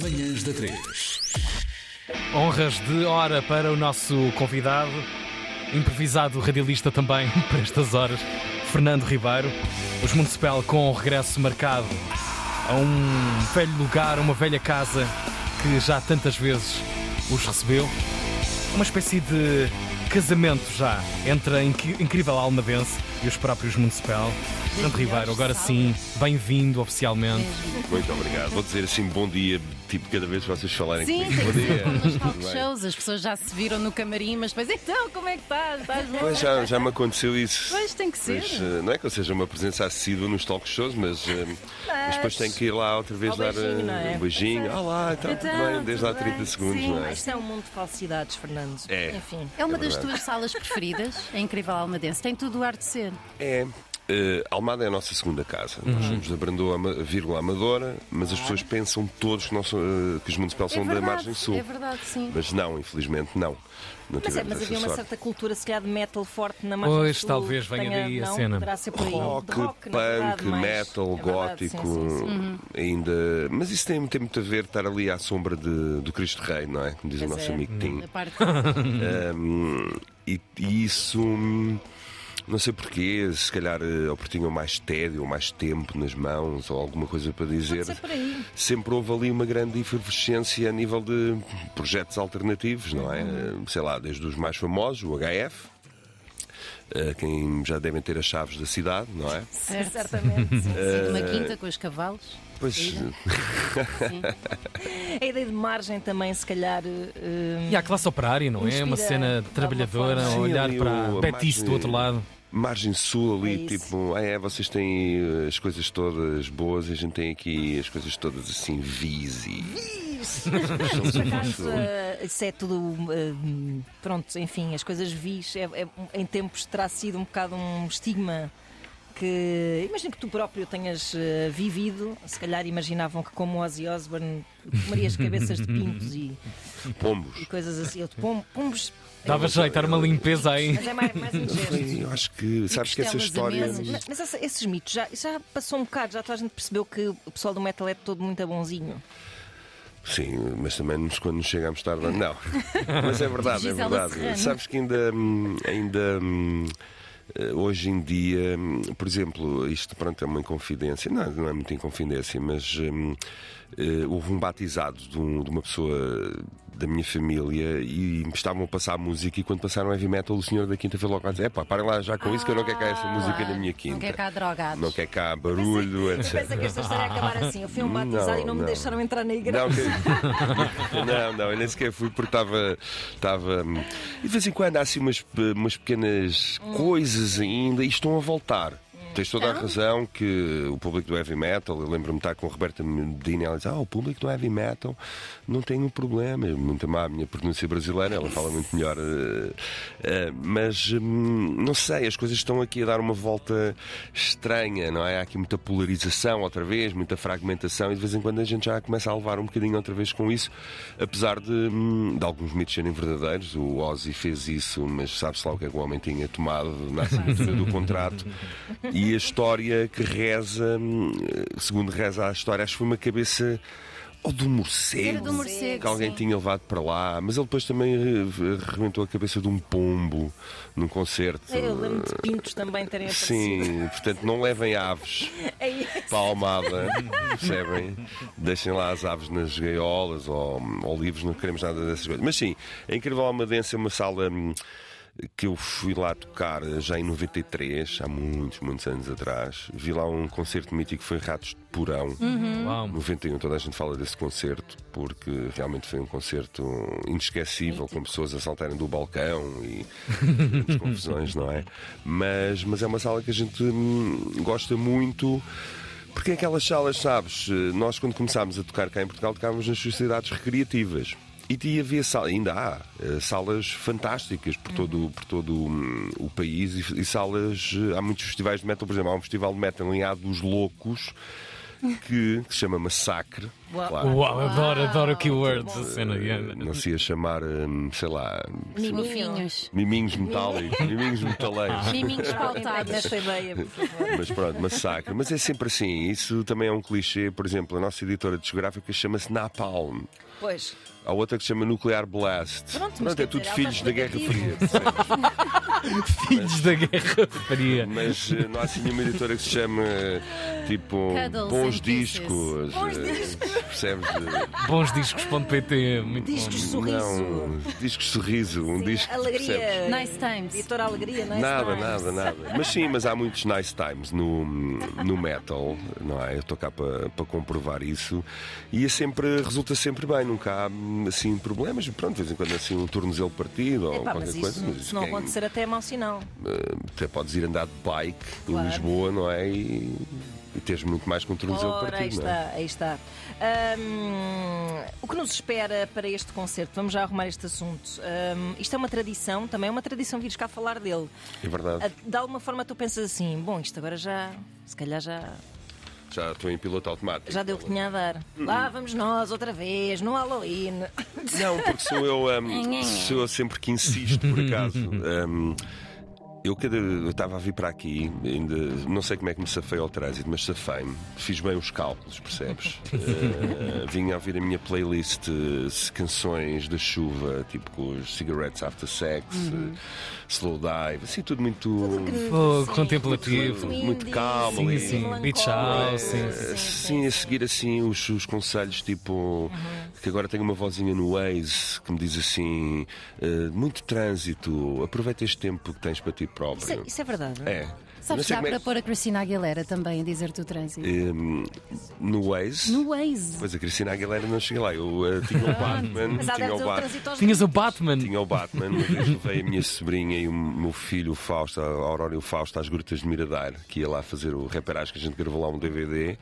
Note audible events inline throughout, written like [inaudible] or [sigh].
Manhãs da 3. Honras de hora para o nosso convidado, improvisado radialista também [laughs] para estas horas, Fernando Ribeiro. Os Municipal com o regresso marcado a um velho lugar, uma velha casa que já tantas vezes os recebeu. Uma espécie de casamento já entre a inqui- incrível almadense e os próprios Municipal. Fernando Ribeiro, agora sim, bem-vindo oficialmente. Muito obrigado. Vou dizer assim bom dia, tipo, cada vez que vocês falarem Sim, comigo. Bom dia. tem nos [laughs] talk Tudo bem? shows, as pessoas já se viram no camarim, mas depois, então, como é que estás? Estás bom? Pois já, já me aconteceu isso. Pois, tem que ser. Pois, eh, não é que eu seja uma presença assídua nos talk shows, mas, eh, mas depois tenho que ir lá outra vez Ao dar beijinho, eh, não é? um beijinho. Olá, então, tudo bem? Desde há 30 segundos, Sim, não é? mas isto é um mundo de falsidades, Fernando. É. Enfim. É uma É das verdade. tuas salas preferidas, a incrível Almadense. Tem tudo o ar de ser. É. eh, Almada é a nossa segunda casa. Nós somos da Brandoa, Ama- vírgula Amadora, mas as pessoas pensam todos que, nós, so- eh, que os municipais é são verdade, da margem sul. É verdade, sim. Mas não, infelizmente, não. Não Mas, é, tivemos mas essa havia uma sorte. certa cultura, se calhar, de metal forte na margem Pois, sul, talvez que venha tenha- daí a não, cena. Poderá ser por aí. De rock, rock, na punk, verdade, mais. metal, É verdade, sim, gótico, sim, Uhum. sim. ainda. Mas isso tem, tem muito a ver estar ali à sombra de- do Cristo Rei, não é? Como diz o Pois nosso é. Uhum. amigo Tim. Da parte [laughs] Um, e, e isso. hum, Não sei porquê, se calhar eh, ou porque tinham mais tédio ou mais tempo nas mãos ou alguma coisa para dizer. Pode ser [laughs] por aí. Sempre houve ali uma grande efervescência a nível de projetos alternativos, não é? Uhum. Eh, Sei lá, desde os mais famosos, o HF, eh, quem já devem ter as chaves da cidade, não é? Sim, certamente. [laughs] sim. de Eh, uma quinta com os cavalos. Pois, A ideia de margem também, se calhar. eh, E há a classe operária, não é? Inspira, Uma cena de alguma trabalhadora, forma. a Sim, olhar ali para o- a a Betis do margem- outro lado. Margem Sul ali, É isso. tipo, ah, é, vocês têm eh, as coisas todas boas, a gente tem aqui as coisas todas assim, vis e. [laughs] um por acaso, eh, Isso é tudo. eh, pronto, enfim, as coisas vis. é- é- em tempos terá sido um bocado um estigma que. Imagino que tu próprio tenhas eh, vivido. Se calhar imaginavam que, como Ozzy Osbourne, comerias [laughs] cabeças de pintos e, e Pombos. coisas assim. Eu, pom, pombos. Dava jeito, era uma limpeza aí. Mas é mais, mais um gesto. Foi, eu acho que, sabes que essa costelas história. imensas. Mas, mas essa- esses mitos já, já passou um bocado, já toda a gente percebeu que o pessoal do metal é todo muito bonzinho. Sim, mas também nos- quando nos chegamos tarde. [laughs] Não, mas é verdade, é Gisela verdade. Serrano. Sabes que ainda. hum, ainda hum, eh, Hoje em dia, hum, por exemplo, isto pronto, é uma inconfidência, não, não é muito inconfidência, mas hum, eh, houve um batizado de, um- de uma pessoa da minha família e estavam a passar música e quando passaram heavy metal o senhor da quinta foi logo a dizer, epá, parem lá já com isso que eu não quero cá essa música na minha quinta. Ah, Não quer cá drogados. Não quer cá é barulho, etc. Pensa que esta história ia acabar assim. Eu fui a um batizado Não, e não me não. deixaram entrar na igreja. Não, que- não, não, eu nem sequer fui porque estava. estava... E de vez em quando há assim umas, pe- umas pequenas coisas ainda e estão a voltar. Tens toda a razão que o público do heavy metal, eu lembro-me de estar com a Roberta Medina, ela diz: Ah, o público do heavy metal não tem um problema. É muito má a minha pronúncia brasileira, ela fala muito melhor. eh, eh, mas hum, não sei, as coisas estão aqui a dar uma volta estranha, não é? Há aqui muita polarização outra vez, muita fragmentação e de vez em quando a gente já começa a levar um bocadinho outra vez com isso, apesar de, hum, de alguns mitos serem verdadeiros. O Ozzy fez isso, mas sabe-se lá o que é que o homem tinha tomado na assinatura do contrato. E a história que reza, hum, segundo reza a história, acho que foi uma cabeça. Ou do morcego. Era do morcego, Que alguém sim. tinha levado para lá. Mas ele depois também eh, arrebentou a cabeça de um pombo num É, concerto. Eu lembro de pintos também terem aparecido. Sim, [laughs] portanto não levem aves É isso. para a almada, percebem? Deixem lá as aves nas gaiolas ou olivos, não queremos nada dessas coisas. Mas sim, a Incrível Almadense é uma sala hum, que eu fui lá tocar já em 93, há muitos, muitos anos atrás. Vi lá um concerto mítico que foi Ratos de Porão. Uhum. Uau. 91 toda a gente fala desse concerto porque realmente foi um concerto inesquecível com pessoas a saltarem do balcão e grandes confusões, não é? Mas, mas é uma sala que a gente hum, gosta muito. Porque é aquelas salas, sabes, eh, nós quando começámos a tocar cá em Portugal tocávamos nas sociedades recreativas. E tinha havia salas, ainda há, eh, salas fantásticas por todo, por todo hum, o país e, e salas, eh, há muitos festivais de metal, por exemplo, há um festival de metal em Há dos Loucos, que, que se chama Massacre, Claro. Uau, adoro, adoro keywords. A muito cena de Ana. Não se ia chamar, hum, sei lá, Miminhos. miminhos metálicos, miminhos metaleiros. Miminhos Pautada pautados. nessa ideia, por favor. Mas pronto, massacre. Mas é sempre assim. Isso também é um clichê. Por exemplo, a nossa editora discográfica chama-se Napalm. Pois, Há outra que se chama Nuclear Blast. Pronto, mas é quer tudo dizer, filhos há da Guerra Fria. Filhos da Guerra Fria. Mas eh, não há assim nenhuma editora que se chama tipo Cuddles Bons and Kisses. Discos. Bons discos. Percebes? Bonsdiscos.pt, muito bom. discos [laughs] sorriso. Não, discos sorriso. Um disco. percebes? Alegria. Nice times. Editora Alegria, é? nice Nada, times. nada, nada. Mas sim, mas há muitos nice times no, no metal, não é? Eu estou cá para para comprovar isso e é sempre, resulta sempre bem, nunca há assim problemas. Pronto, de vez em quando assim um tornozelo partido ou Epá, qualquer mas coisa. isso, mas se não quem- acontecer, até é mau sinal. eh, até podes ir andar de bike em Claro. Lisboa, não é? E, e tens muito mais que um tornozelo Ora, aí partido, não é? está, aí está. Hum, o que nos espera para este concerto? Vamos já arrumar este assunto. Hum, isto é uma tradição, também é uma tradição vires cá falar dele. É verdade. Ah, De alguma forma tu pensas assim, bom, isto agora já, se calhar já, Já estou em piloto automático. já deu o que tinha a dar. Lá vamos nós outra vez, no Halloween. Não, porque sou eu, hum, sou eu sempre que insisto, por acaso. Hum, eu cada- eu estava a vir para aqui, ainda, não sei como é que me safei ao trânsito, mas safei-me. Fiz bem os cálculos, percebes? Eh, vinha a ouvir a minha playlist eh, se canções da chuva, tipo com os Cigarettes After Sex, eh, Slow Dive, assim tudo muito. Fogo muito, Oh, contemplativo. muito calmo Sim, ali. sim. melancólico. Beach House, sim. Eh, Sim, a seguir assim os, os conselhos, tipo Uhum. que agora tenho uma vozinha no Waze que me diz assim: eh, muito trânsito, aproveita este tempo que tens para ti próprio. Isso, é- isso é verdade. É. Não Sabes que sei dá como é para pôr a Cristina Aguilera também a dizer-te o trânsito. Em, no Waze, No Waze. pois a Cristina Aguilera não chega lá. Eu eh, tinha [laughs] o Batman, Mas há de tinha um haver o o Batman. trânsito aos Tinhas o Batman. Tinha o Batman, uma vez levei a minha sobrinha e o meu filho, o Fausto, a Aurora e o Fausto, às grutas de Miradar, que ia lá fazer o reparagem que a gente gravou lá um DVD.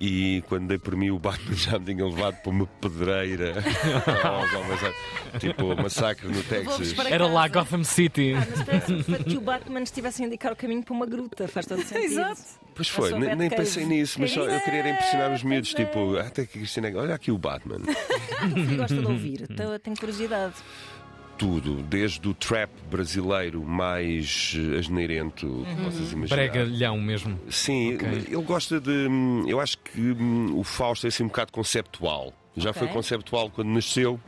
E quando dei por mim, o Batman já me tinha levado para uma pedreira. Aos homens, tipo, massacre no Texas. para- Era lá Gotham City. Ah, Mas parece que o Batman estivesse a indicar o caminho para uma gruta, faz todo sentido. Exato. Pois foi, Eu sou nem, bad nem case. pensei nisso, mas só eu queria era impressionar os miúdos. Tipo, "Ah, até que a Cristina, olha aqui o Batman. O que gosta de ouvir? Então eu tenho curiosidade. Tudo, desde o trap brasileiro mais eh, asneirento que possas imaginar. Pregalhão mesmo. Sim, ele gosta de. hum, Eu acho que hum, o Fausto é assim um bocado conceptual. Já foi Ok. conceptual quando nasceu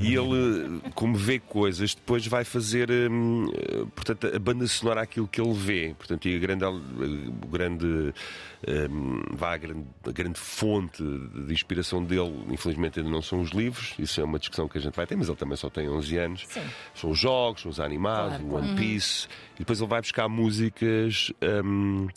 e ele, como vê coisas, depois vai fazer hum, eh, portanto, a banda sonora àquilo que ele vê. Portanto, e a grande, al- o grande, hum, vá, a, grande, a grande fonte de inspiração dele, infelizmente, ainda não são os livros. Isso é uma discussão que a gente vai ter, mas ele também só tem 11 anos. São os jogos, são os animados, o One Piece. E depois ele vai buscar músicas. hum,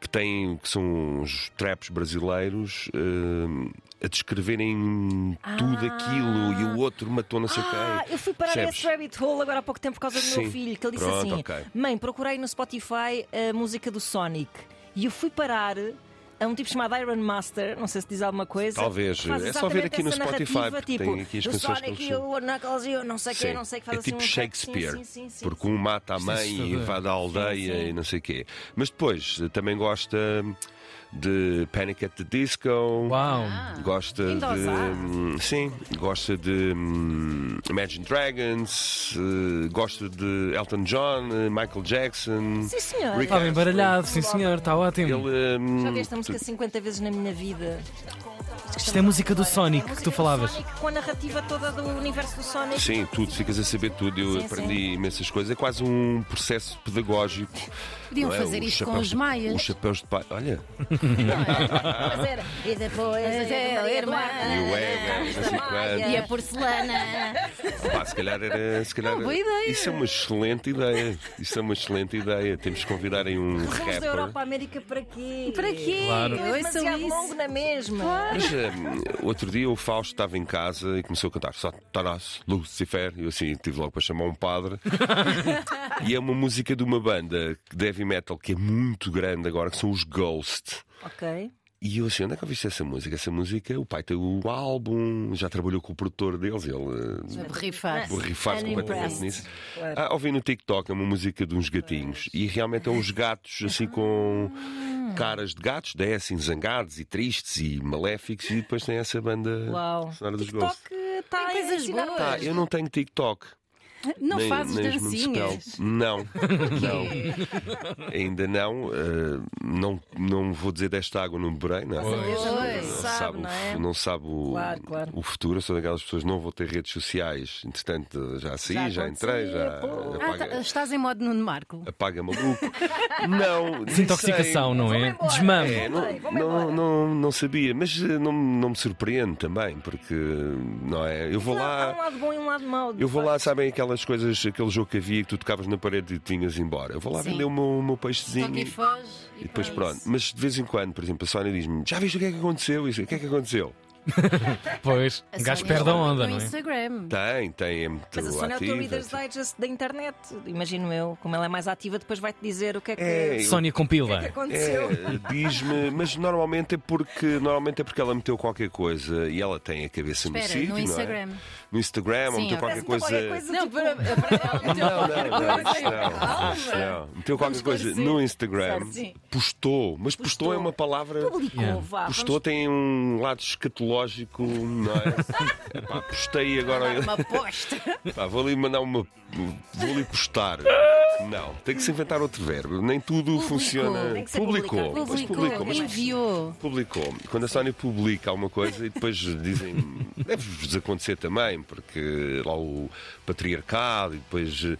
que têm que são os traps brasileiros hum, a descreverem tudo aquilo e o outro matou não sei Ah, quem. eu fui parar Percebes? nesse rabbit hole agora há pouco tempo por causa do Sim. meu filho, que ele disse Pronto, assim: ok. Mãe, procurei no Spotify a música do Sonic. E eu fui parar a um tipo chamado Iron Master, não sei se diz alguma coisa. Talvez. que faz É só ver exatamente aqui no essa Spotify, narrativa, porque tipo, tem aqui as do canções que Sonic eles e o Knuckles e eu não sei quem, Sim. não sei que é faz assim tipo um ataque. Sim, Shakespeare, sim, sim, sim, porque sim. um mata a Isto é mãe e assustador. vai da aldeia Sim, sim. e não sei o quê. Mas depois eh, também gosta de Panic at the Disco. Uau. Ah. Gosta de. Endosar. hum, Sim, gosta de hum, Imagine Dragons, eh, gosta de Elton John, eh, Michael Jackson. Sim, senhor. Rick Está bem baralhado, sim senhor, está ótimo. Ele, hum, Já vi esta música 50 vezes na minha vida. Isto é a música do Sonic que tu falavas. Sonic, com a narrativa toda do universo do Sonic. Sim, tudo, ficas a saber tudo. Eu Sim, aprendi imensas coisas. É quase um processo pedagógico. Podiam não é? fazer Os isto com chapéus os de- Os maias. chapéus de pai. Olha, Mas era. E depois é a a irmã. irmã. e o Ega, não sei quanto. E a porcelana. assim, Pá, se calhar era. Se calhar, boa ideia. Isso é uma excelente ideia. Isso é uma excelente ideia. Temos que convidar aí um Vamos da Europa à rapper. América para quê? Para quê? Claro. É demasiado longo na mesma. Mas hum, outro dia o Fausto estava em casa e começou a cantar Satanás, Lucifer. E eu assim tive logo para chamar um padre. e é uma música de uma banda de heavy metal que é muito grande agora, que são os Ghost. Ok. E eu assim, onde é que ouviste essa música? Essa música, o pai tem o álbum, já trabalhou com o produtor deles, ele eh, Borrifar-se. borrifar-se completamente Unimpressed. nisso. Claro. Ah, ouvi no TikTok, é uma música de uns gatinhos. E realmente é uns gatos assim com caras de gatos, né, assim, zangados e tristes e maléficos, e depois tem essa banda Uau. sonora dos Ghosts. TikTok está a Tem coisas ensinar boas. coisas. Ah, eu não tenho TikTok. Não Tá, nem, fazes nem os dancinhas. Municipal. [laughs] Não, não. Ainda não, eh, não. Não vou dizer desta água no beberei, não. Pois, Não sabe, o não fu- é? não sabe o, Claro, claro. o futuro. Eu sou daquelas pessoas que não vou ter redes sociais. Entretanto, já saí, já, Já entrei, já. aconteceu, Ah, tá- Apaga, estás em modo Nuno Marco. apaga maluco. não. nem Desintoxicação, sei. não é? embora. Desmame. É, não, Vamos embora. não, não, não sabia, mas eh, não, não me surpreende também, porque não é? Eu vou Há lá. um lado bom e um lado mau. de Eu vou lá, facto. sabem aquelas coisas, aquele jogo que havia que tu tocavas na parede e te vinhas embora. Eu vou lá Sim. vender o meu, o meu peixezinho Toca e e, foge. e depois é pronto. isso. Mas de vez em quando, por exemplo, a Sónia diz-me: Já viste o que é que aconteceu? E eu, o que é que aconteceu? Pois, A É um gajo Sónia perde a está onda, no não é? Instagram. Tem, tem, é muito Mas a Sónia é o teu ativa. Reader's Digest da internet, imagino eu. Como ela é mais ativa, depois vai-te dizer o que é que, É, eu- Sónia compila. o que é que aconteceu. É, [laughs] diz-me, mas normalmente é porque normalmente é porque ela meteu qualquer coisa e ela tem a cabeça no Espera, sítio, no não é? Instagram. No Instagram, ou Sim, meteu ok. qualquer coisa. Parece-me qualquer coisa Não, tipo, para, para [laughs] Não, não, não, isso não, isso não. Meteu qualquer coisa esclarecer. no Instagram, Sim. postou, mas postou é uma palavra. publicou, Yeah. vá. Ah, vamos- Postou tem um lado escatológico, não [laughs] é? Epá, postei agora. Uma [laughs] aposta. Pá, vou ali mandar uma. Vou ali postar. Não, tem que se inventar outro verbo. Nem tudo funciona. Tem que ser publicou, publicado. mas Publicou, publicou, mas enviou. publicou. Quando a Sónia publica alguma coisa e depois dizem. Deve-vos acontecer também, porque lá o patriarcado e depois eh,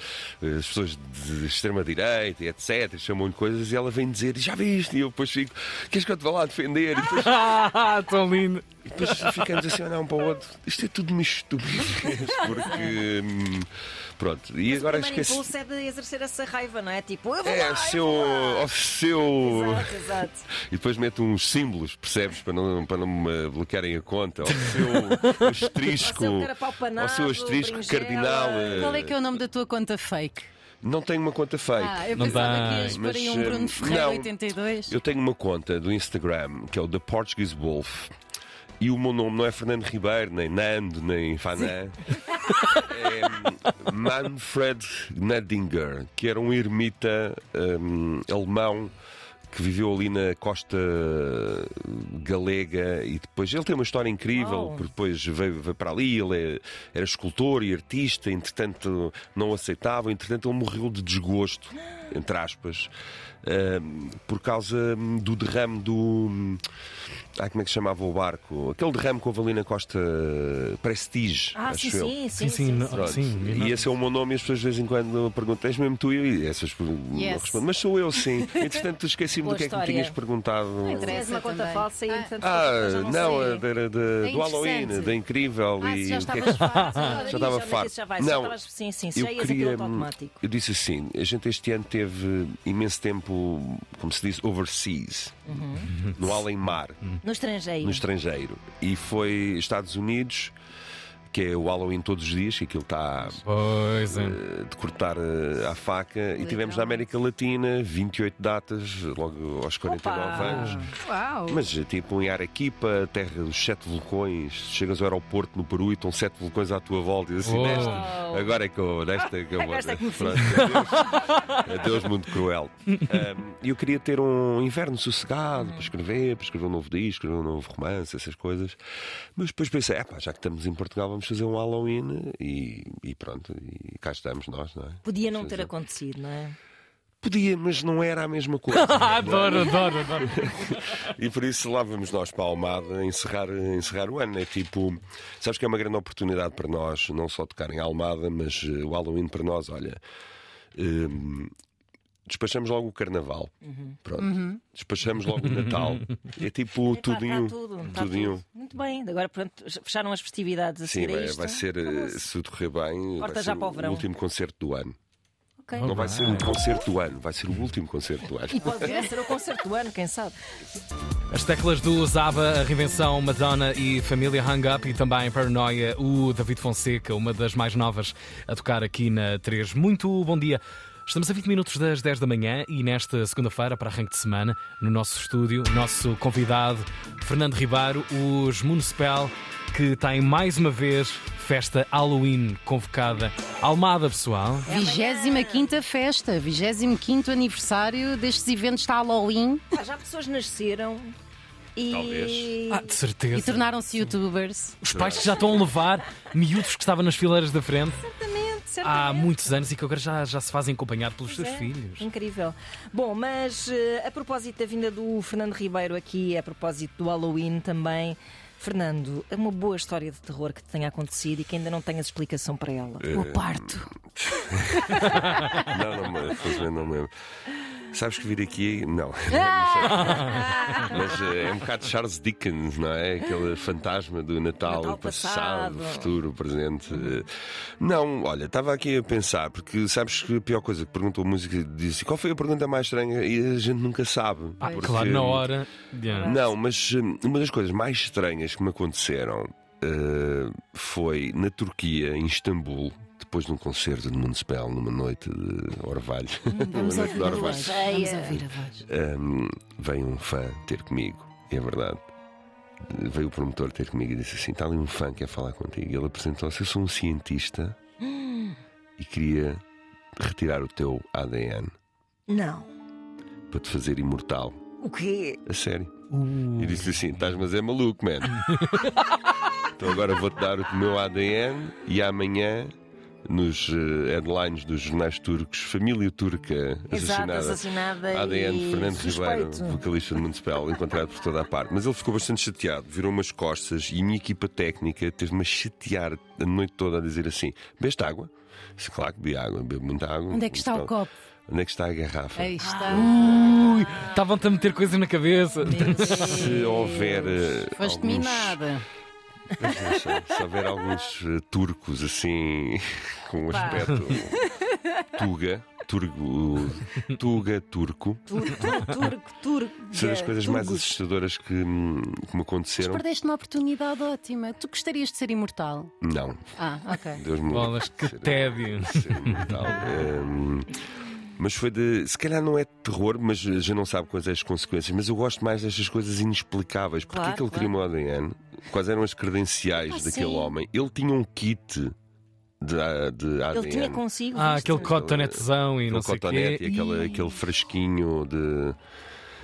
as pessoas de extrema-direita e etc. chamam-lhe coisas e ela vem dizer: Já viste? E eu depois fico: Queres que eu te vá lá defender? E depois Ah, tão lindo. e depois ficamos assim a olhar um para o outro. Isto é tudo uma estupidez, [laughs] porque. hum, Pronto, e agora o primeiro esqueci. impulso é de exercer essa raiva, não é? Tipo, eu vou lá, É, tipo, eu seu. vou lá. Ao seu. Exato, exato. E depois mete uns símbolos, percebes? Para não, para não me bloquearem a conta. Ao seu asterisco. Ao seu carapau panado, ao seu asterisco berinjela. cardinal. eh, Qual é que é o nome da tua conta fake? Não tenho uma conta fake. Ah, eu Não pensava tem, que ias para aí um mas, Bruno eh, Ferreira não. 82. Eu tenho uma conta do Instagram que é o The Portuguese Wolf. E o meu nome não é Fernando Ribeiro, nem Nando, nem Fanã. É Manfred Gnadinger, que era um ermita hum, alemão que viveu ali na costa galega e depois ele tem uma história incrível, Uau. porque depois veio, veio para ali, ele é- era escultor e artista, entretanto não aceitava, entretanto ele morreu de desgosto, entre aspas, hum, por causa hum, do derrame do. hum, ai, como é que se chamava o barco? Aquele derrame que houve ali na costa eh, Prestige, Ah, acho sim, eu. sim, Sim, sim. sim, não- Pronto. sim. e esse é o meu nome e as pessoas de vez em quando perguntam: és mesmo tu? E essas per- não Yes. respondem. Mas sou eu, [laughs] sim. Entretanto, esqueci-me do Boa que é que me história. tinhas perguntado. Tens uma Essa conta é também. falsa e, Ah. portanto, Ah, já não, não, sei. É a da- da- da- do Halloween, interessante. da Incrível. Ah, e se já o que é que- estavas farto. Olha, agora. [laughs] já ih, estava olha que farto. isso Já vai, Não, já estavas, sim, sim, já ias aquilo hum, automático. Eu disse assim: a gente este ano teve imenso tempo, como se diz, overseas, Uhum. no além-mar, Uhum. No estrangeiro. no estrangeiro. E foi Estados Unidos, que é o Halloween todos os dias, que aquilo está Pois é. eh, de cortar eh, à faca e tivemos na América Latina 28 datas, logo aos 49 Opa! anos. Uau! Mas eh, tipo em Arequipa, terra dos sete vulcões, chegas ao aeroporto no Peru e estão sete vulcões à tua volta e assim, Uou. nesta, agora é que eu, nesta é que eu vou. Esta é que me fiz. Pronto, adeus, adeus, mundo cruel. Ahm, eu queria ter um inverno sossegado para escrever, para escrever um novo disco, escrever um novo romance, essas coisas. Mas depois pensei, "Epá, já que estamos em Portugal, vamos fazer um Halloween e, e pronto, e cá estamos nós, não é? Podia não ter acontecido, não é? Podia, mas não era a mesma coisa. Adoro, adoro, adoro. E por isso lá vamos nós para a Almada encerrar, encerrar o ano. É tipo, sabes que é uma grande oportunidade para nós, não só tocar em Almada, mas eh, o Halloween para nós, olha. hum, despachamos logo o Carnaval. Pronto. Despachamos logo o Natal. É tipo Epá, tudo em um. tá tudo, tá Tudo em um. tudo. Muito bem, agora pronto, fecharam as festividades a Sim, seguir a vai, isto. vai ser, eh, se tudo correr bem, vai Corta ser assim? já para o o verão. último concerto do ano. Ok. Não vai ser o concerto do ano, vai ser o último concerto do ano. E pode vir a ser o concerto do ano, quem sabe? As teclas do Zaba, a reinvenção Madonna e Família Hang Up e também Paranoia, o David Fonseca, uma das mais novas a tocar aqui na 3. Muito bom dia. Estamos a 20 minutos das 10 da manhã e nesta segunda-feira, para arranque de semana, no nosso estúdio, nosso convidado Fernando Ribeiro, os Municipal, que tem mais uma vez festa Halloween convocada. Almada, É pessoal. 25 festa, 25 aniversário destes eventos de Halloween Pá, já pessoas nasceram e. Talvez. Ah, de certeza. e [laughs] tornaram-se youtubers. Os pais que já estão a levar miúdos que estavam nas fileiras da frente Certamente, certamente. há muitos anos e que agora já, já se fazem acompanhar pelos é. seus filhos. Incrível. Bom, mas eh, a propósito da vinda do Fernando Ribeiro aqui, a propósito do Halloween também. Fernando, é uma boa história de terror que te tenha acontecido e que ainda não tenhas explicação para ela. Eh, O parto. Não, não me lembro. Não me lembro. Sabes que vir aqui. Não. [laughs] Ah! Mas eh, é um bocado Charles Dickens, não é? Aquele fantasma do Natal, Natal o passado, passado. o futuro, o presente. Eh, Não, olha, estava aqui a pensar, porque sabes que a pior coisa que perguntou a música disse qual foi a pergunta mais estranha e a gente nunca sabe. Ah, porque- claro, na hora. Yeah. Não, mas eh, uma das coisas mais estranhas que me aconteceram eh, foi na Turquia, em Istambul. Depois de um concerto de Municipal, numa noite de orvalho. Uma noite Vamos de ouvir a orvalho. voz. Vamos ouvir a voz. Ahm, veio um fã ter comigo, e é verdade. Veio o promotor ter comigo e disse assim: está ali um fã que quer falar contigo. E ele apresentou-se: eu sou um cientista e queria retirar o teu ADN Não. para te fazer imortal. O quê? A sério. E disse assim: estás, mas é maluco, man. então agora vou-te dar o meu ADN e amanhã. Nos eh, headlines dos jornais turcos, família turca Exato, assassinada. assassinada. ADN e de Fernando Ribeiro, suspeito. vocalista de Municipal, encontrado por toda a parte. Mas ele ficou bastante chateado, virou umas costas e a minha equipa técnica teve-me a chatear a noite toda a dizer assim: Beste água? Disse, claro que bebi água, bebo muita água. Onde é que está o Então, copo? Onde é que está a garrafa? Aí está. Ui, estavam-te a meter coisas na cabeça. Se houver. eh, Foste alguns- minada. Se houver alguns eh, turcos assim, [laughs] com um aspecto. Tuga. Turgo, tuga, turco. Turco, turco, [laughs] turco. São as coisas mais Turgos. assustadoras que, hum, que me aconteceram. Perdeste uma oportunidade ótima. Tu gostarias de ser imortal? Não, Ah, [laughs] ok. Deus me livre. Bolas, que tédio. ser imortal. Ah. Ehm, mas foi de. Se calhar não é de terror, mas já não sabe quais é as consequências. Mas eu gosto mais destas coisas inexplicáveis. Porquê Claro, que ele queria o meu ADN? Quais eram as credenciais Ah, daquele sim. homem? Ele tinha um kit de, A- de ADN. Ele tinha consigo. Ah, viste? aquele cotonetezão e Aquele não sei o quê. cotonete e aquele, Ih, aquele fresquinho de.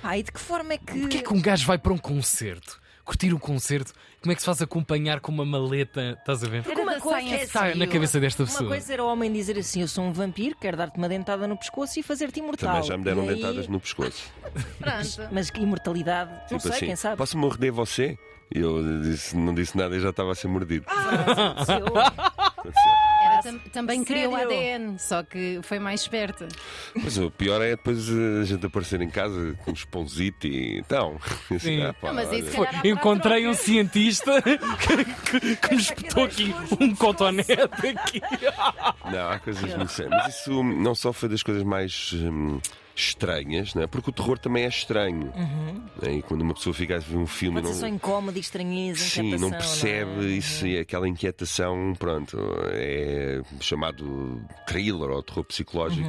Pá, e de que forma é que. Porquê é que um gajo vai para um concerto? Curtir um concerto? Como é que se faz acompanhar com uma maleta? Estás a ver? Porque uma da coisa Science é Está na cabeça desta Uma pessoa. coisa era o homem dizer assim: Eu sou um vampiro, quero dar-te uma dentada no pescoço e fazer-te imortal. Também já me deram E aí- dentadas no pescoço. Pronto. Mas que imortalidade, não tipo sei, assim, quem sabe. posso morder você? E Eu disse- não disse nada e já estava a ser mordido. Ah! Assim, Aconteceu. Era tam- também queria o Sério? ADN, só que foi mais esperta. Mas o pior é depois eh, a gente aparecer em casa com os pãozito [laughs] e então. Sim. pá, Não, mas olha. isso se Foi, calhar encontrei um cientista [laughs] que, que- que me espetou aqui um cotonete aqui. Não, há coisas muito sérias. Mas isso não só foi das coisas mais hum, estranhas, não é? porque o terror também é estranho. Uhum. Né? E quando uma pessoa fica a ver um filme e Pode ser só não. é incómodo e estranheza, Sim, inquietação, não percebe é? isso e aquela inquietação, pronto, é chamado thriller ou terror psicológico.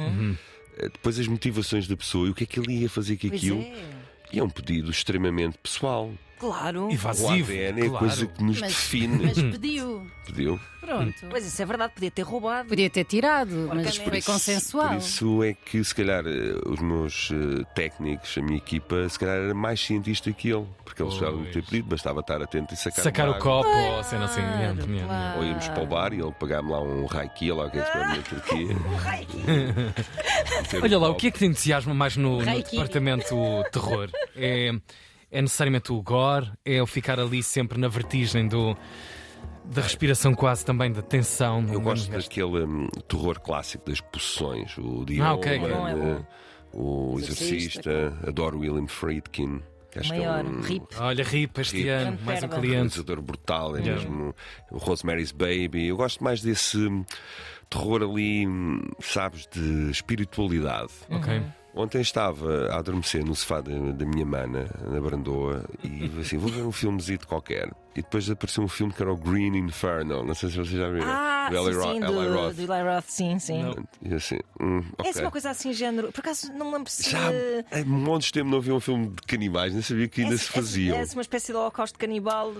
Eh, Depois as motivações da pessoa e o que é que ele ia fazer com Pois aquilo. é. E é um pedido extremamente pessoal. Claro. O Invasivo. ADN é a claro. coisa que nos Mas- define. Mas pediu. Pediu. Pronto. Pois isso é verdade, podia ter roubado. Podia ter tirado, mas foi Porcamente. consensual. Por isso é que, se calhar, eh, os meus eh, técnicos, a minha equipa, se calhar era mais cientista que ele. Porque eles precisavam de ter Pois. pedido, bastava estar atento e sacar, Sacar uma o água. copo ou cena assim. Claro, nham, nham, nham. claro. Ou íamos para o bar e ele pagava-me lá um raiki, lá o que é que se chama na Turquia. [laughs] Um um Meter Olha lá, o copo. que é que te entusiasma mais no, no Reiki. departamento terror? É, é necessariamente o gore? É o ficar ali sempre na vertigem do, da respiração quase também, da tensão? Eu do- gosto daquele hum, terror clássico das poções, o Dion, Ah, ok. Bom, é bom. o Exorcista. Exorcista, adoro William Friedkin. que acho que é Maior, um- rip. Olha, ripa este Rip. ano, Grande mais um perda. cliente. realizador brutal, é Yeah. mesmo o Rosemary's Baby. Eu gosto mais desse hum, terror ali, hum, sabes, de espiritualidade. Uhum. Ok. Ontem estava a adormecer no sofá da, da minha mana, na Brandoa, [laughs] e assim, vou ver um filmezito qualquer. E depois apareceu um filme que era o Green Inferno, não sei se vocês já viram. Ah, Do Eli sim, Roth- sim, Eli do, Roth. do Eli Roth, sim, sim. Não. E assim, hum, É ok. assim uma coisa assim, género. Por acaso não me lembro se. é assim, Já há montes de tempo não havia um filme de canibais, nem sabia que ainda É- se é- faziam. É, uma espécie de holocausto canibal.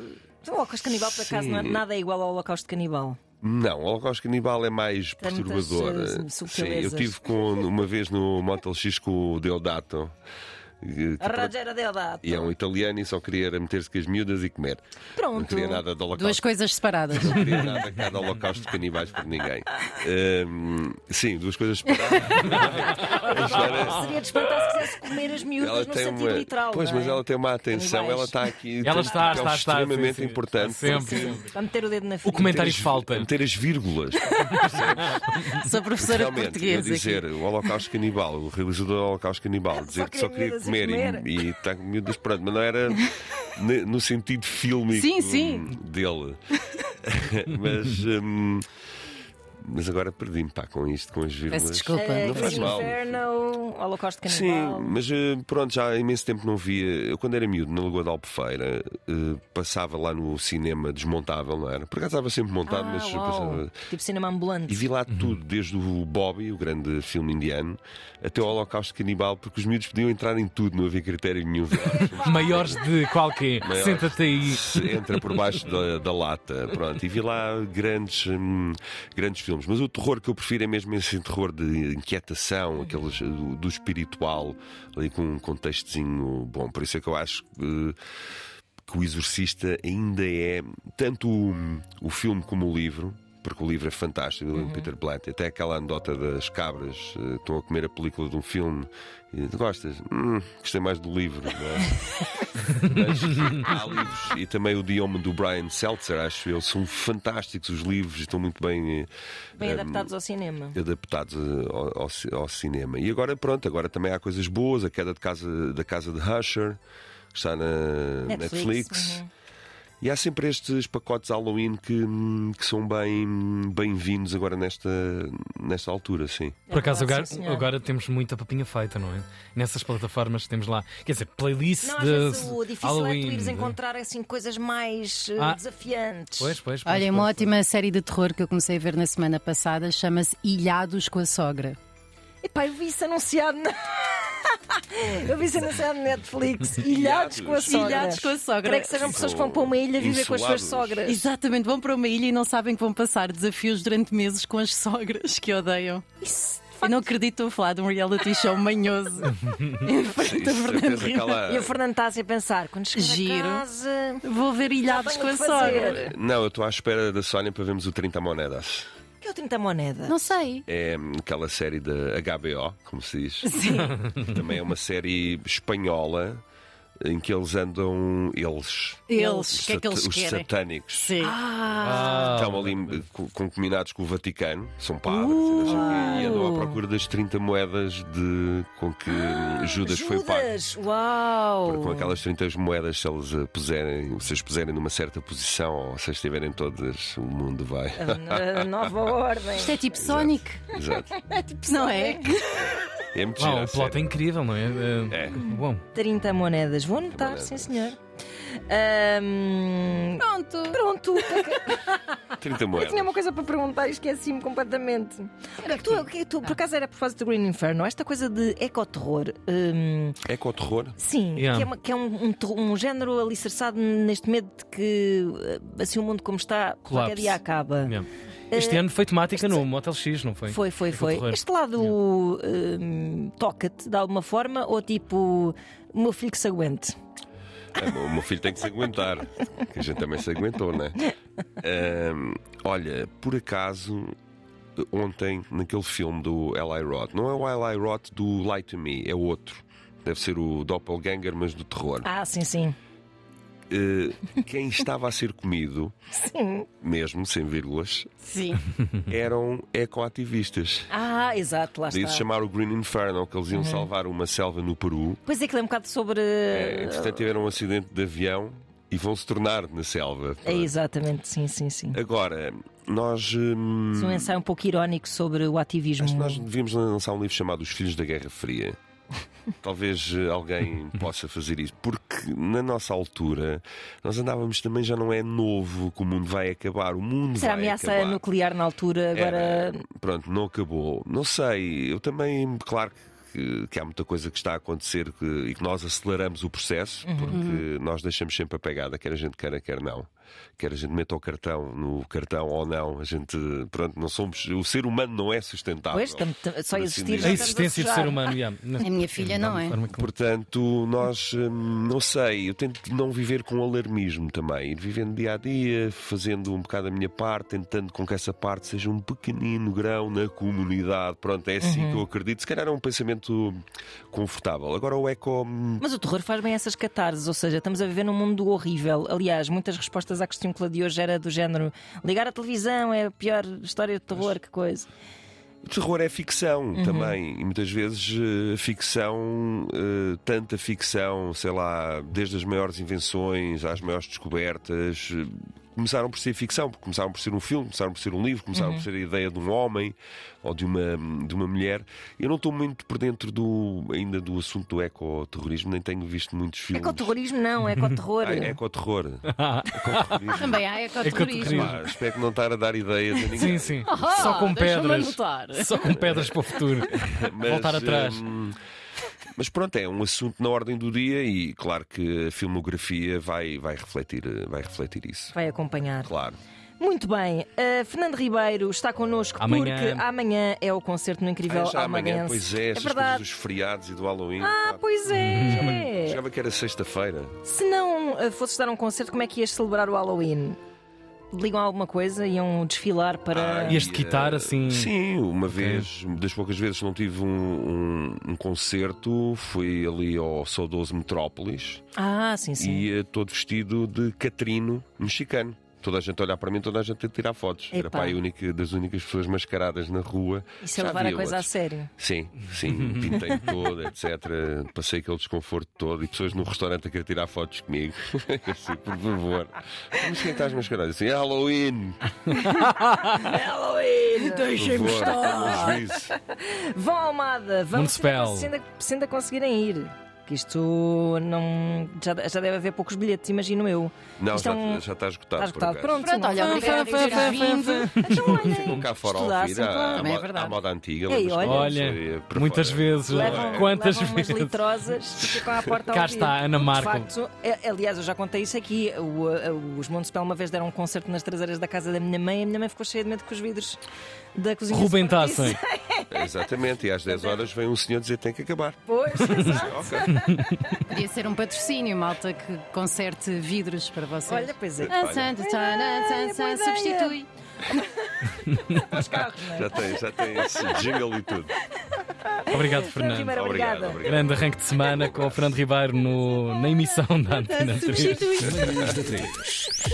Então, O holocausto canibal, por acaso, Sim. não é- nada é igual ao holocausto canibal. Não, o Holocausto Canibal é mais Tantas, perturbador. eh, Sim, eu subtilezas. tive com, um, uma vez no Motel X com o Deodato. eh, que A pronto, Rogera Deodato. E é um italiano e só queria era meter-se com as miúdas e comer. Não Pronto. queria nada de Duas holocausto. [laughs] coisas separadas. Não queria nada cá de holocausto de canibais por ninguém. Ahm, sim, duas [laughs] coisas separadas. Seria de espantar se quisesse comer as miúdas no sentido literal. pois, não é? mas ela tem uma atenção, Canibais. ela está aqui. Ela tem- está, que é está, está. sim, extremamente sim. importante. Sempre. um Sim, Vai meter o dedo na O ferida. comentário Meter as- falta. Meter as [laughs] vírgulas. Sou professora de Realmente, eu português. dizer o Holocausto Canibal, o realizador do Holocausto Canibal, dizer que só queria queria assim comer, miúdas e, e está com miúdas, pronto, mas não era ne- no sentido fílmico Sim, sim. hum, dele. [laughs] mas, hum, mas agora perdi-me pá, com isto, com as vírgulas. desculpa. Eh, Não faz Green mal. Inferno, Holocausto Sim, canibal. mas eh, pronto, já há imenso tempo não via. Eu, quando era miúdo, na Lagoa da Albufeira, eh, passava lá no cinema desmontável, não era? Por acaso estava sempre Ah, montado, tá, mas eu uau. passava. Tipo cinema ambulante. E vi lá tudo, desde o Bobby, o grande filme indiano, até o Holocausto Canibal, porque os miúdos podiam entrar em tudo, não havia critério [laughs] nenhum. Maiores de qualquer. Maiores. Senta-te aí. Se Entra por baixo da, da lata, pronto. E vi lá grandes, hum, grandes filmes. Mas o terror que eu prefiro é mesmo esse terror de inquietação, aqueles eh, do, do espiritual, ali com um contextozinho bom. Por isso é que eu acho eh, que o Exorcista ainda é tanto o, o filme como o livro, porque o livro é fantástico, do Peter Blatt, até aquela anedota das cabras eh, estão a comer a película de um filme. E, Gostas? Hum, gostei mais do livro, não é? Mas há livros. E também o Diome do Brian Seltzer, acho eu, são fantásticos os livros e estão muito bem eh, Bem adaptados ao cinema. adaptados eh, ao, ao ci- ao cinema. E agora pronto, agora também há coisas boas, a queda de casa, da casa de Husher, que está na Netflix. uhum. E há sempre estes pacotes Halloween que, hum, que são bem bem-vindos agora nesta, nesta altura, [laughs] sim. Por acaso, É verdade, agora, sim, senhora. agora temos muita papinha feita, não é? Nessas plataformas temos lá, quer dizer, playlist Não, às vezes o de difícil é tu Halloween. ires de- encontrar assim, coisas mais eh, Ah. desafiantes. Pois, pois, pois, Olha, uma pois, ótima série de terror que eu comecei a ver na semana passada chama-se Ilhados com a Sogra. Epá, eu vi isso anunciado na. [laughs] eu vi isso anunciado na Netflix. Ilhados com a sogra. Ilhados com a sogra. é Creio que sejam pessoas que vão para uma ilha viver com as suas Insulados. sogras. Exatamente, vão para uma ilha e não sabem que vão passar desafios durante meses com as sogras que odeiam. Isso, de Eu facto. não acredito estou a falar de um reality show manhoso. em frente Isso, a é [laughs] certeza Fernando que há Ribeiro. lá- é E o Fernando está assim a pensar, quando chegar Giro. a casa. Vou ver Ilhados tenho com a que fazer. sogra. Não, eu estou à espera da Sónia para vermos o 30 Monedas. O que é o 30 monedas? Não sei. É hum, aquela série da HBO, como se diz. Também é uma série espanhola em que eles andam, eles, Eles, o que é que sat- eles os querem? satânicos. Sim. Ah, Estão ali eh, co- concominados com o Vaticano, são padres, e não sei o quê, e andam à Uh! procura das 30 moedas de, com que Ah, hum, Judas, foi pago. Judas! Uau! Com aquelas 30 moedas, se eles a puserem, se as puserem numa certa posição ou se as tiverem todas, o mundo vai. [laughs] A nova ordem. Isto é tipo Sonic, Exato. não é? É muito Uau, giro, a o plot é série. incrível, não é? É. Bom, 30 monedas. Vou anotar, sim senhor. Ahm, Pronto. Pronto, 30 eu tinha moedas. uma coisa para perguntar e esqueci-me completamente. O que é que tu, o que é que tu- por acaso era por causa do Green Inferno, esta coisa de ecoterror, hum, É Ecoterror? sim, Yeah. que é, uma- que é um, um terro- um género alicerçado neste medo de que eh, assim o mundo como está Colapse. qualquer dia acaba. yeah. Este ano foi temática no Motel X, não foi? Foi, foi, foi. terror. Este lado hum, toca-te de alguma forma ou tipo, o meu filho que se aguente? É, o meu filho tem que se aguentar. Que a gente também se aguentou, não é? Ahm, olha, por acaso, ontem, naquele filme do Eli Roth, não é o Eli Roth do Lie to Me, é outro. Deve ser o Doppelganger, mas do terror. Ah, sim, sim. Eh, quem estava a ser comido, Sim. mesmo, sem vírgulas, Sim. eram ecoativistas. [laughs] Ah, exato, lá Daí está. Uhum. se chamar o Green Inferno, que eles iam salvar uma selva no Peru. Pois é, que é um bocado sobre. É, entretanto, tiveram um acidente de avião e vão se tornar na selva. É, exatamente, sim, sim, sim. Hum. é Agora, nós. hum, Um ensaio um pouco irónico sobre o ativismo. [laughs] acho que nós devíamos lançar um livro chamado Os Filhos da Guerra Fria. Talvez eh, alguém possa fazer isso, porque na nossa altura nós andávamos também, já não é novo que o mundo vai acabar. O mundo Será vai ameaça acabar. É, nuclear na altura, agora. Era. Pronto, não acabou. Não sei, eu também, claro que, que há muita coisa que está a acontecer que- e que nós aceleramos o processo, Uhum. porque nós deixamos sempre a pegada, quer a gente queira, quer não. Quer a gente meta o cartão no cartão ou não, a gente, pronto, não somos. O ser humano não é sustentável. Pois, tam- tam- só Por assim existir. A dizer. já estamos existência de sujar. ser humano. yeah. A minha filha não é. [laughs] Portanto, nós, hum, não sei, eu tento não viver com alarmismo também, ir vivendo dia a dia, fazendo um bocado a minha parte, tentando com que essa parte seja um pequenino grão na comunidade. Pronto, é assim que eu acredito. Se calhar é um pensamento confortável. Agora o eco. hum, Mas o terror faz bem essas catarses, ou seja, estamos a viver num mundo horrível. Aliás, muitas respostas à questão que de hoje era do género ligar à televisão é a pior história de terror, que coisa. O terror é ficção Uhum. também, e muitas vezes eh, ficção, eh, tanta ficção, sei lá, desde as maiores invenções às maiores descobertas, eh, começaram por ser ficção, porque começaram por ser um filme, começaram por ser um livro, começaram Uhum. por ser a ideia de um homem ou de uma, de uma mulher. Eu não estou muito por dentro do, ainda do assunto do ecoterrorismo, nem tenho vivisto muitos filmes. Ecoterrorismo não, é ecoterror. [laughs] Ah, ecoterror. [laughs] Ecoterrorismo. Também há ecoturismo. Pá, espero que não estar a dar ideias a ninguém. Sim, sim. Ah, Só com deixa-me pedras. anotar. Só com pedras para o futuro. Mas, Voltar atrás. hum, mas pronto, é um assunto na ordem do dia e claro que a filmografia vai, vai, refletir, vai refletir isso. Vai acompanhar. Claro. Muito bem, uh, Fernando Ribeiro está connosco Amanhã. porque amanhã é o concerto no Ah, Incrível já amanhã, Almadense. pois é, é essas coisas verdade. dos feriados e do Halloween. Ah, pá, pois é. Achava que era sexta-feira. Se não uh, fosses dar um concerto, como é que ias celebrar o Halloween? Ligam alguma coisa? Iam desfilar para. Ah, Ias de quitar assim. Sim, uma vez, das poucas vezes que não tive um, um- um concerto, fui ali ao saudoso Metrópolis Ah, sim, sim. e eh, todo vestido de Catrino mexicano. Toda a gente a olhar para mim, toda a gente a tirar fotos. Era Epá. pá, a única, das únicas pessoas mascaradas na rua. Isso é Já levar a havia coisa a outros. sério. Sim, [laughs] sim, pintei todo, etc. Passei aquele desconforto todo e pessoas no restaurante a querer tirar fotos comigo. [laughs] assim, por favor. Mas quem estás mascarado? Assim, é Halloween! Halloween! Deixem-me estar! um Juízo. Vão à Almada, vão Municipal. se ainda, se ainda conseguirem ir. Que isto não. Já, já deve haver poucos bilhetes, imagino eu. Não, Isto já, tá, é um- já está esgotado. Está Ah, por esgotado. acaso. Pronto, Pronto, não. olha, [laughs] obrigada por teres vindo. Então, olhem, Ficam cá fora a estudassem, ouvir à, à, claro. Também é moda- verdade. à moda antiga. então. Ei, lembras olha. quando Olha, se ia para muitas fora? vezes. Levam, Quantas levam umas vezes? litrosas e [laughs] ficam à porta a Cá ouvir. está, Ana Marco. De facto, é- aliás, eu já contei isso aqui. O, eh, os Montespel uma vez deram um concerto nas traseiras da casa da minha mãe e a minha mãe ficou cheia de medo que os vidros da cozinha se Rebentassem. partissem. [laughs] Exatamente, e às 10 horas vem um senhor dizer tem que acabar. Pois, exato. Ok. Podia ser um patrocínio, malta, que conserte vidros para vocês. Olha, pois é. Ah, santo, tan, ah, san, san, ideia. substitui. Os carros, não é? Já tem, já tem esse jingle e tudo. [laughs] Obrigado, Fernando. Fernando Obrigado, Ribeiro, obrigada. obrigado. Grande arranque de semana com o Fernando Ribeiro no- na emissão da Antena 3. Substitui. Manhãs da 3.